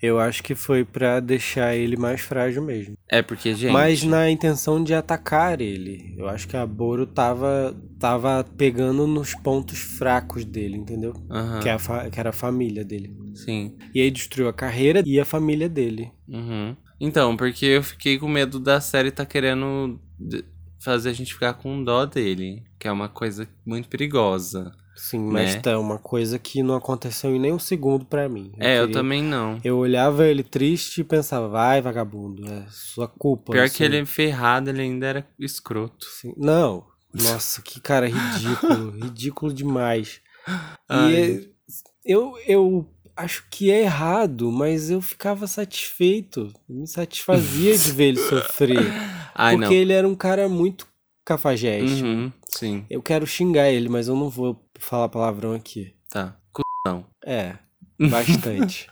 A: Eu acho que foi pra deixar ele mais frágil mesmo.
B: É porque, gente.
A: Mas na intenção de atacar ele. Eu acho que a Boro tava, tava pegando nos pontos fracos dele, entendeu?
B: Aham,
A: que, é a fa- que era a família dele.
B: Sim.
A: E aí destruiu a carreira e a família dele.
B: Uhum. Então, porque eu fiquei com medo da série tá querendo de- fazer a gente ficar com dó dele, que é uma coisa muito perigosa.
A: Sim, mas
B: Né?
A: tá é uma coisa que não aconteceu em nem um segundo pra mim.
B: é, eu
A: queria-
B: também não.
A: Eu olhava ele triste e pensava, vai vagabundo, é sua culpa.
B: Pior
A: assim."
B: que ele é ferrado, ele ainda era escroto.
A: Sim. Não, nossa, que cara ridículo, ridículo demais.
B: Ai.
A: E é- eu, eu acho que é errado, mas eu ficava satisfeito, me satisfazia de ver ele sofrer.
B: Ai,
A: porque ele era um cara muito
B: não.
A: cafajeste.
B: Uhum, sim,
A: Eu quero xingar ele, mas eu não vou falar palavrão aqui.
B: tá.
A: É, bastante.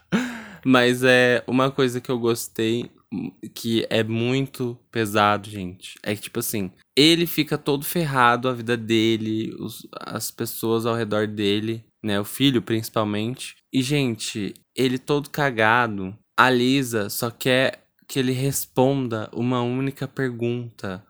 B: Mas é uma coisa que eu gostei, hum, que é muito pesado, gente. É que, tipo assim, ele fica todo ferrado, a vida dele, os- as pessoas ao redor dele, né? O filho, principalmente. E, gente, ele todo cagado, a Lisa só quer que ele responda uma única pergunta.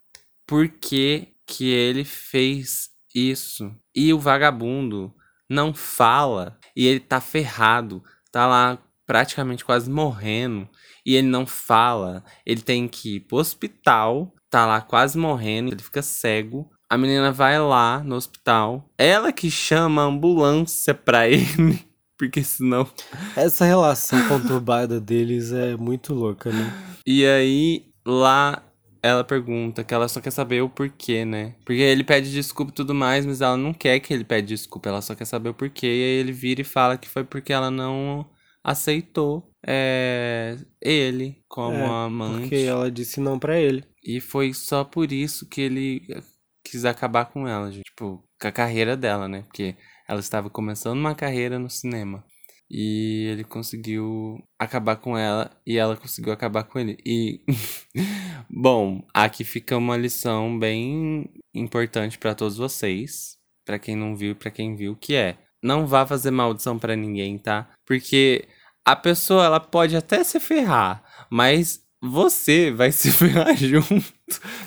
B: Por que que ele fez isso? E o vagabundo não fala e ele tá ferrado. tá lá praticamente quase morrendo e ele não fala. Ele tem que ir pro hospital, tá lá quase morrendo, ele fica cego. A menina vai lá no hospital, ela que chama a ambulância pra ele, porque senão.
A: Essa relação conturbada deles é muito louca, né?
B: E aí lá ela pergunta que ela só quer saber o porquê, né? Porque ele pede desculpa e tudo mais, mas ela não quer que ele pede desculpa, ela só quer saber o porquê. E aí ele vira e fala que foi porque ela não aceitou é, ele como
A: É,
B: amante.
A: Porque ela disse não pra ele.
B: E foi só por isso que ele eh, quis acabar com ela, gente. Tipo, com a carreira dela, né? Porque ela estava começando uma carreira no cinema. E ele conseguiu acabar com ela e ela conseguiu acabar com ele. E. Bom, aqui fica uma lição bem importante pra todos vocês. Pra quem não viu e pra quem viu, que é: não vá fazer maldição pra ninguém, tá? Porque a pessoa, ela pode até se ferrar, mas você vai se ferrar junto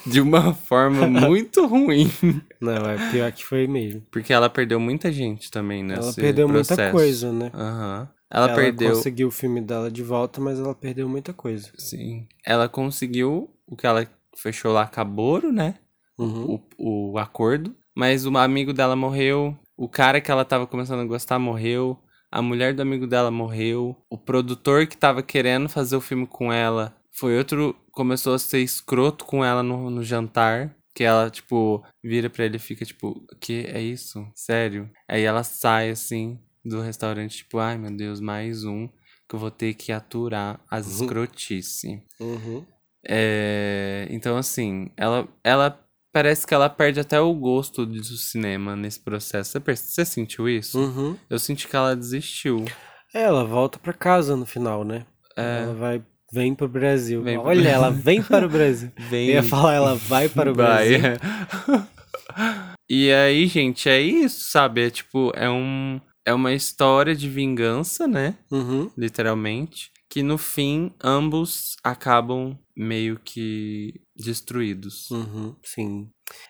B: de uma forma muito ruim.
A: Não, é pior que foi mesmo.
B: Porque ela perdeu muita gente também nessa.
A: ela perdeu muita coisa, né?
B: Aham. Ela, perdeu.
A: conseguiu o filme dela de volta, mas ela perdeu muita coisa.
B: Sim. Ela conseguiu o que ela fechou lá com a Boro, né?
A: Uhum.
B: O, o acordo. Mas o amigo dela morreu. O cara que ela tava começando a gostar morreu. A mulher do amigo dela morreu. O produtor que tava querendo fazer o filme com ela foi outro. Começou a ser escroto com ela no, no jantar. Que ela, tipo, vira pra ele e fica, tipo, que é isso? Sério? Aí ela sai assim do restaurante, tipo, ai meu Deus, mais um que eu vou ter que aturar as
A: Uhum.
B: escrotice.
A: Uhum.
B: É, então, assim, ela, ela parece que ela perde até o gosto do cinema nesse processo. Você, perce- você sentiu isso?
A: Uhum. É,
B: Eu senti que ela desistiu.
A: Ela volta pra casa no final, né?
B: É.
A: Ela vai vem pro Brasil.
B: Vem pro
A: Olha,
B: Brasil.
A: ela vem para o Brasil.
B: Vem
A: Eu ia falar, ela vai para o Brasil.
B: Vai, é. e aí, gente, é isso, sabe? É tipo, é um. É uma história de vingança, né?
A: Uhum.
B: Literalmente. Que no fim, ambos acabam meio que destruídos.
A: Uhum. Sim.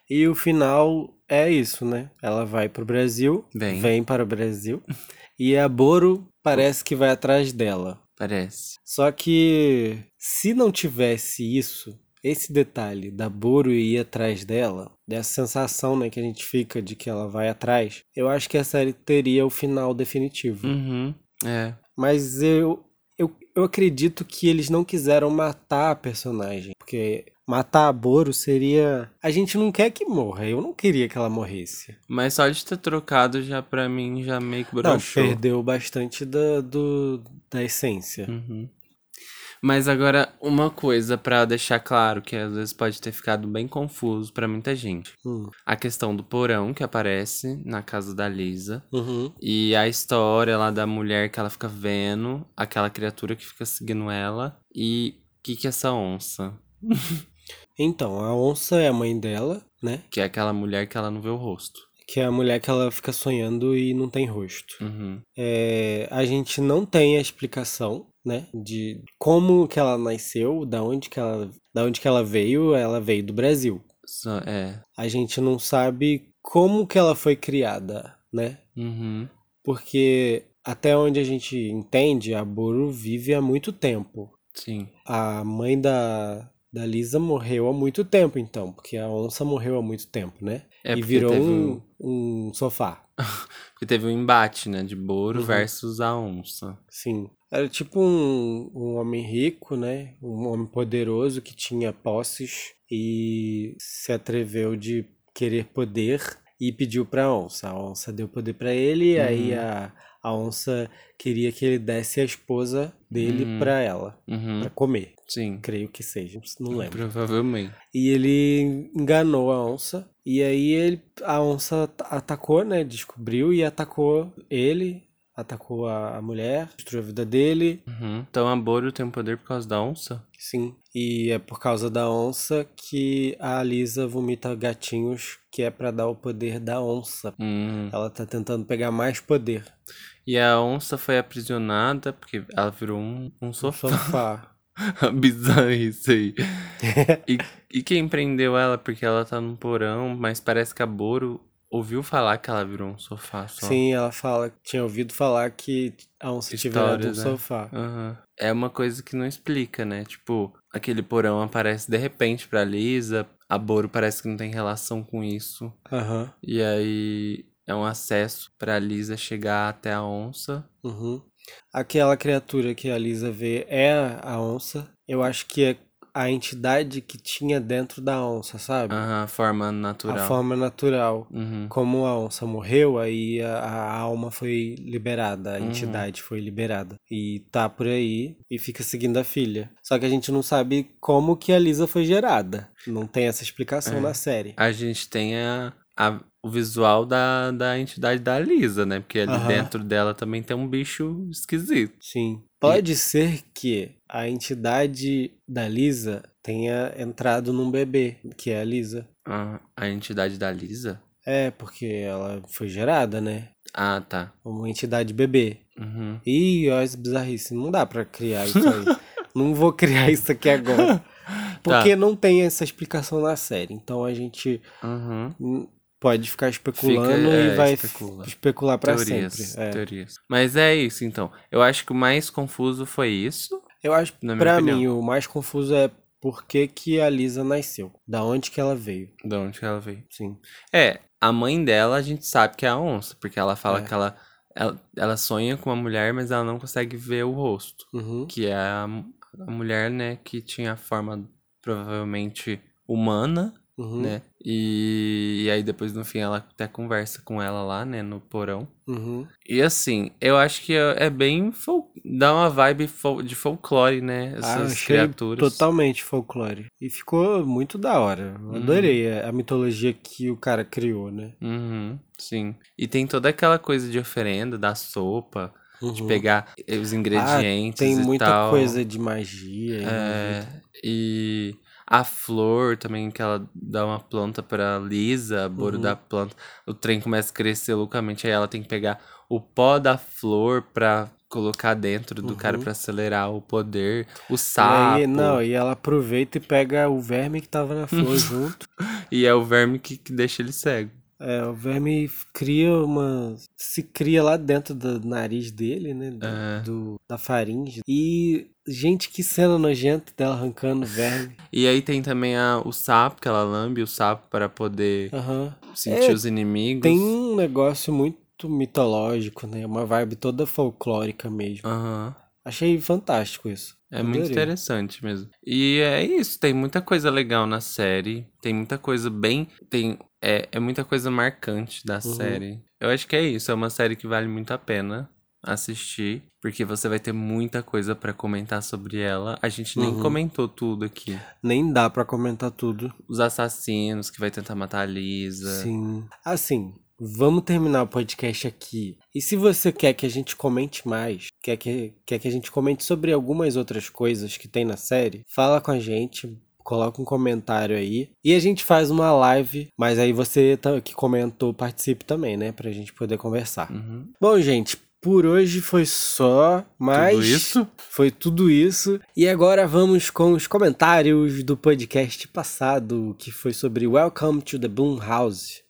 A: E o final é isso, né? Ela vai pro Brasil,
B: Vem.
A: vem para o Brasil. E a Boro parece que vai atrás dela.
B: Parece.
A: Só que se não tivesse isso, esse detalhe da Boru ir atrás dela, dessa sensação né, que a gente fica de que ela vai atrás, eu acho que a série teria o final definitivo.
B: Uhum. É.
A: Mas eu, eu, eu acredito que eles não quiseram matar a personagem. Porque matar a Boru seria. A gente não quer que morra. Eu não queria que ela morresse.
B: Mas só de ter trocado já pra mim já meio que
A: Não,
B: broxou.
A: perdeu bastante da, do, da essência.
B: Uhum. Mas agora uma coisa pra deixar claro que às vezes pode ter ficado bem confuso pra muita gente.
A: Hum.
B: A questão do porão que aparece na casa da Lisa
A: Uhum.
B: e a história lá da mulher que ela fica vendo, aquela criatura que fica seguindo ela e o que que é essa onça?
A: Então, a onça é a mãe dela, né?
B: Que é aquela mulher que ela não vê o rosto.
A: Que é a mulher que ela fica sonhando e não tem rosto.
B: Uhum.
A: É, a gente não tem a explicação, né? De como que ela nasceu, da onde que ela, da onde que ela veio, ela veio do Brasil.
B: Só- é.
A: A gente não sabe como que ela foi criada, né?
B: Uhum.
A: Porque até onde a gente entende, a Boru vive há muito tempo.
B: Sim.
A: A mãe da, da Lisa morreu há muito tempo, então, porque a onça morreu há muito tempo, né?
B: É
A: e
B: porque
A: virou
B: teve
A: um, um sofá.
B: Porque teve um embate, né? De Boro
A: Uhum.
B: versus a onça.
A: Sim. Era tipo um, um homem rico, né? Um homem poderoso que tinha posses e se atreveu de querer poder e pediu pra onça. A onça deu poder pra ele, e aí
B: Uhum.
A: a, a onça queria que ele desse a esposa dele
B: Uhum.
A: pra ela,
B: Uhum.
A: pra comer.
B: Sim.
A: Creio É, que seja, não lembro.
B: Provavelmente.
A: E ele enganou a onça. E aí ele, a onça at- atacou, né? Descobriu e atacou ele, atacou a, a mulher, destruiu a vida dele.
B: Uhum. Então a Boro tem um poder por causa da onça?
A: Sim. E é por causa da onça que a Lisa vomita gatinhos, que é pra dar o poder da onça.
B: Hum.
A: Ela tá tentando pegar mais poder.
B: E a onça foi aprisionada porque ela virou um, um
A: O
B: sofá.
A: sofá.
B: Bizarro isso aí. e, e quem prendeu ela? Porque ela tá num porão, mas parece que a Boro ouviu falar que ela virou um sofá só?
A: Sim, ela fala, tinha ouvido falar que a onça tinha virado um
B: Histórias, né?
A: sofá.
B: Aham. É uma coisa que não explica, né? Tipo, aquele porão aparece de repente pra Lisa, a Boro parece que não tem relação com isso.
A: Aham.
B: E aí é um acesso pra Lisa chegar até a onça.
A: Uhum. Aquela criatura que a Lisa vê é a onça. Eu acho que é a entidade que tinha dentro da onça, sabe?
B: Aham, forma Ah, natural.
A: A forma natural.
B: Uhum.
A: Como a onça morreu, aí a, a alma foi liberada, a
B: Uhum.
A: entidade foi liberada. E tá por aí e fica seguindo a filha. Só que a gente não sabe como que a Lisa foi gerada. Não tem essa explicação
B: É.
A: na série.
B: A gente tem a, a- o visual da, da entidade da Lisa, né? Porque ali
A: Aham.
B: dentro dela também tem um bicho esquisito.
A: Sim. Pode ser que a entidade da Lisa tenha entrado num bebê, que é a Lisa.
B: A, a entidade da Lisa?
A: É, porque ela foi gerada, né?
B: Ah, tá.
A: Uma entidade bebê.
B: Uhum.
A: Ih, olha essa bizarrice. Não dá pra criar isso aí. não vou criar isso aqui
B: Tá.
A: agora. Porque não tem essa explicação na série. Então a gente
B: Uhum.
A: hum, pode ficar especulando
B: Fica, é,
A: e vai
B: especula.
A: f- especular pra
B: teorias,
A: sempre. É.
B: teorias. Mas é isso, então. Eu acho que o mais confuso foi isso.
A: Eu acho que
B: Na minha
A: pra
B: opinião.
A: mim o mais confuso é por que, que a Lisa nasceu. Da onde que ela veio.
B: De onde que ela veio.
A: Sim.
B: É, a mãe dela a gente sabe que é a onça, porque ela fala
A: É.
B: que ela, ela, ela sonha com uma mulher, mas ela não consegue ver o rosto.
A: Uhum.
B: Que é a, a mulher, né, que tinha a forma provavelmente humana,
A: Uhum.
B: né? E, e aí depois no fim ela até conversa com ela lá, né, no porão.
A: Uhum.
B: E assim, eu acho que é é bem. fol- dá uma vibe fol- de folclore, né?
A: Ah,
B: Essas
A: achei
B: criaturas.
A: Totalmente folclore. E ficou muito da hora. Eu Adorei a, a mitologia que o cara criou, né?
B: Uhum, sim. E tem toda aquela coisa de oferenda, da sopa, de
A: Uhum.
B: pegar os ingredientes
A: Ah, Tem
B: e
A: muita
B: tal.
A: coisa de magia. né?
B: É,
A: envolvida.
B: e a flor também, que ela dá uma planta pra Lisa, a Boro
A: Uhum.
B: dá planta. O trem começa a crescer loucamente, aí ela tem que pegar o pó da flor pra colocar dentro do cara
A: Uhum.
B: pra acelerar o poder. O
A: E
B: sapo.
A: aí, não, e ela aproveita e pega o verme que tava na flor junto.
B: E é o verme que, que deixa ele cego.
A: É, o verme cria uma. se cria lá dentro do nariz dele, né? Do,
B: É.
A: do- da faringe. E, gente, que cena nojenta dela arrancando o verme.
B: E aí tem também a- o sapo, que ela lambe o sapo para poder
A: Aham.
B: sentir
A: É,
B: os inimigos.
A: Tem um negócio muito mitológico, né? Uma vibe toda folclórica mesmo.
B: Aham.
A: Achei fantástico isso.
B: É muito
A: Adorei.
B: interessante mesmo. E é isso, tem muita coisa legal na série. Tem muita coisa bem. Tem, é, é muita coisa marcante
A: Uhum.
B: da série. Eu acho que é isso. É uma série que vale muito a pena assistir. Porque você vai ter muita coisa pra comentar sobre ela. A gente nem
A: Uhum.
B: comentou tudo aqui.
A: Nem dá pra comentar tudo.
B: Os assassinos que vai tentar matar a Lisa.
A: Sim. Assim, vamos terminar o podcast aqui. E se você quer que a gente comente mais, quer que, quer que a gente comente sobre algumas outras coisas que tem na série, fala com a gente. Coloca um comentário aí. E a gente faz uma live. Mas aí você tá- que comentou, participe também, né? Pra gente poder conversar.
B: Uhum.
A: Bom, gente, por hoje foi só. Mas.
B: Tudo isso?
A: Foi tudo isso. E agora vamos com os comentários do podcast passado, que foi sobre Welcome to the Bloom House.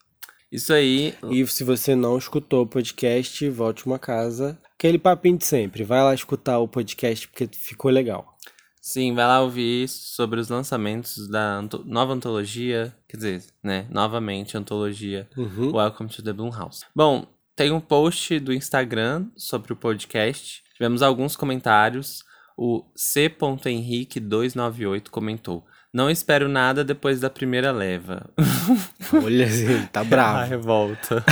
B: Isso aí.
A: E se você não escutou o podcast, volte uma casa. Aquele papinho de sempre. Vai lá escutar o podcast porque ficou legal.
B: Sim, vai lá ouvir sobre os lançamentos da anto- nova antologia. Quer dizer, né? Novamente, antologia
A: Uhum.
B: Welcome to the House. Bom, tem um post do Instagram sobre o podcast. Tivemos alguns comentários. O C.Henrique298 comentou. Não espero nada depois da primeira leva.
A: Olha, ele tá
B: A
A: bravo.
B: revolta.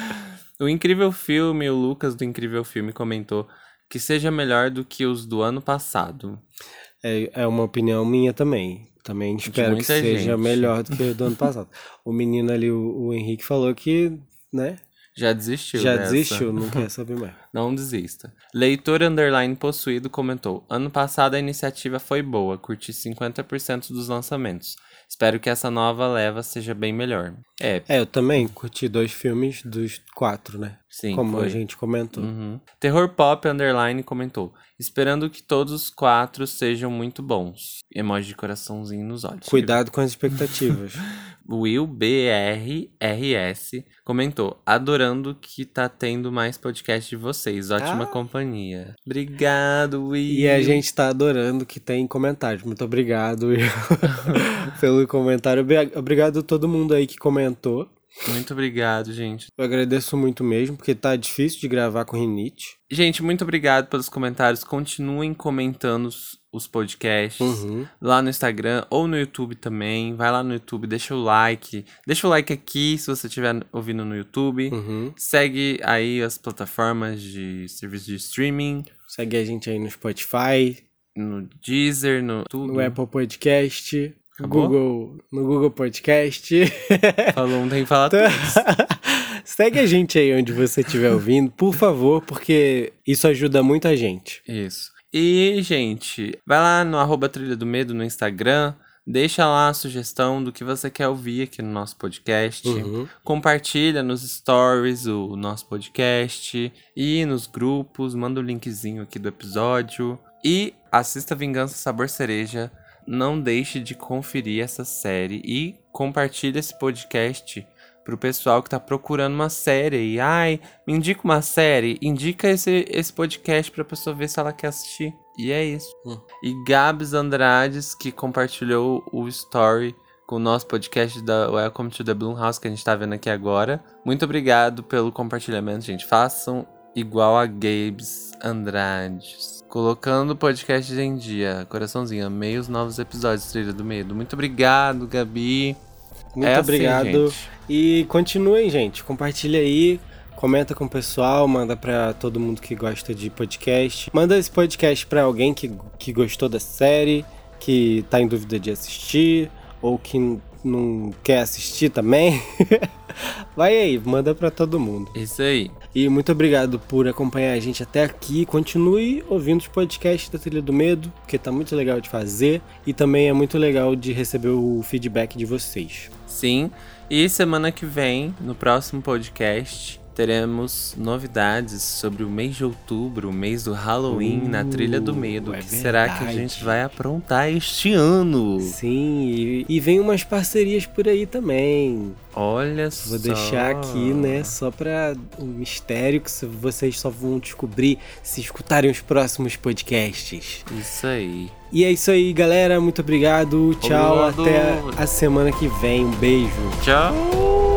B: o incrível filme, o Lucas do incrível filme comentou que seja melhor do que os do ano passado.
A: É, é uma opinião minha também. Também espero que
B: muita
A: seja
B: gente.
A: melhor do que o do ano passado. o menino ali, o, o Henrique, falou que, né?
B: Já desistiu
A: já
B: dessa?
A: desistiu, não quer saber mais.
B: Não desista. Leitor Underline Possuído comentou: Ano passado a iniciativa foi boa, curti 50% dos lançamentos. Espero que essa nova leva seja bem melhor. É,
A: É, eu também curti dois filmes dos quatro, né?
B: sim.
A: Como
B: foi.
A: a gente comentou.
B: Uhum. Terror Pop Underline comentou: Esperando que todos os quatro sejam muito bons. Emoji de coraçãozinho nos olhos.
A: Cuidado com as expectativas.
B: Will BRRS comentou: adorando que tá tendo mais podcast de vocês. Ótima
A: Ah.
B: companhia. Obrigado, Will.
A: E a gente tá adorando que tem comentários. Muito obrigado Will, pelo comentário. Obri- Obrigado a todo mundo aí que comentou.
B: Muito obrigado, gente.
A: Eu agradeço muito mesmo, porque tá difícil de gravar com rinite.
B: Gente, muito obrigado pelos comentários. Continuem comentando os, os podcasts.
A: Uhum.
B: lá no Instagram ou no YouTube também. Vai lá no YouTube, deixa o like. Deixa o like aqui se você estiver ouvindo no YouTube.
A: Uhum.
B: Segue aí as plataformas de serviço de streaming,
A: Segue a gente aí no Spotify,
B: no Deezer, no tudo.
A: no Apple Podcast,
B: Uhum. Acabou?
A: Google, no Google Podcast.
B: Falou, não tem que falar
A: Então,
B: tudo.
A: Segue a gente aí onde você estiver ouvindo, por favor, porque isso ajuda muito a gente.
B: Isso. E, gente, vai lá no arroba Trilha do Medo no Instagram. Deixa lá a sugestão do que você quer ouvir aqui no nosso podcast.
A: Uhum.
B: Compartilha nos stories o nosso podcast e nos grupos, manda o linkzinho aqui do episódio e assista Vingança Sabor Cereja. Não deixe de conferir essa série e compartilha esse podcast pro pessoal que tá procurando uma série. E, ai, me indica uma série, indica esse, esse podcast pra pessoa ver se ela quer assistir. E é isso.
A: Hum.
B: E Gabs Andrades, que compartilhou o story com o nosso podcast da Welcome to the Bloom House que a gente tá vendo aqui agora. Muito obrigado pelo compartilhamento, gente. Façam igual a Gabes Andrades. Colocando o podcast em dia. Coraçãozinho, amei os novos episódios, Trilha do Medo. Muito obrigado, Gabi.
A: Muito
B: É assim,
A: obrigado.
B: gente.
A: e continuem, gente. Compartilha aí. Comenta com o pessoal, manda pra todo mundo que gosta de podcast. Manda esse podcast pra alguém que, que gostou da série, que tá em dúvida de assistir, ou que n- não quer assistir também. Vai aí, manda pra todo mundo.
B: Isso aí.
A: E muito obrigado por acompanhar a gente até aqui. Continue ouvindo os podcasts da Trilha do Medo, porque tá muito legal de fazer e também é muito legal de receber o feedback de vocês.
B: Sim. E semana que vem, no próximo podcast, teremos novidades sobre o mês de outubro, o mês do Halloween na
A: Uh,
B: Trilha do Medo.
A: é
B: que será que a
A: verdade.
B: gente vai aprontar este ano?
A: Sim, e, e vem umas parcerias por aí também.
B: Olha só.
A: Vou deixar aqui, né, só pra um mistério que se- vocês só vão descobrir se escutarem os próximos podcasts.
B: Isso aí.
A: E é isso aí, galera. Muito obrigado. Tchau.
B: Obrigado.
A: Até a semana que vem. Um beijo.
B: Tchau.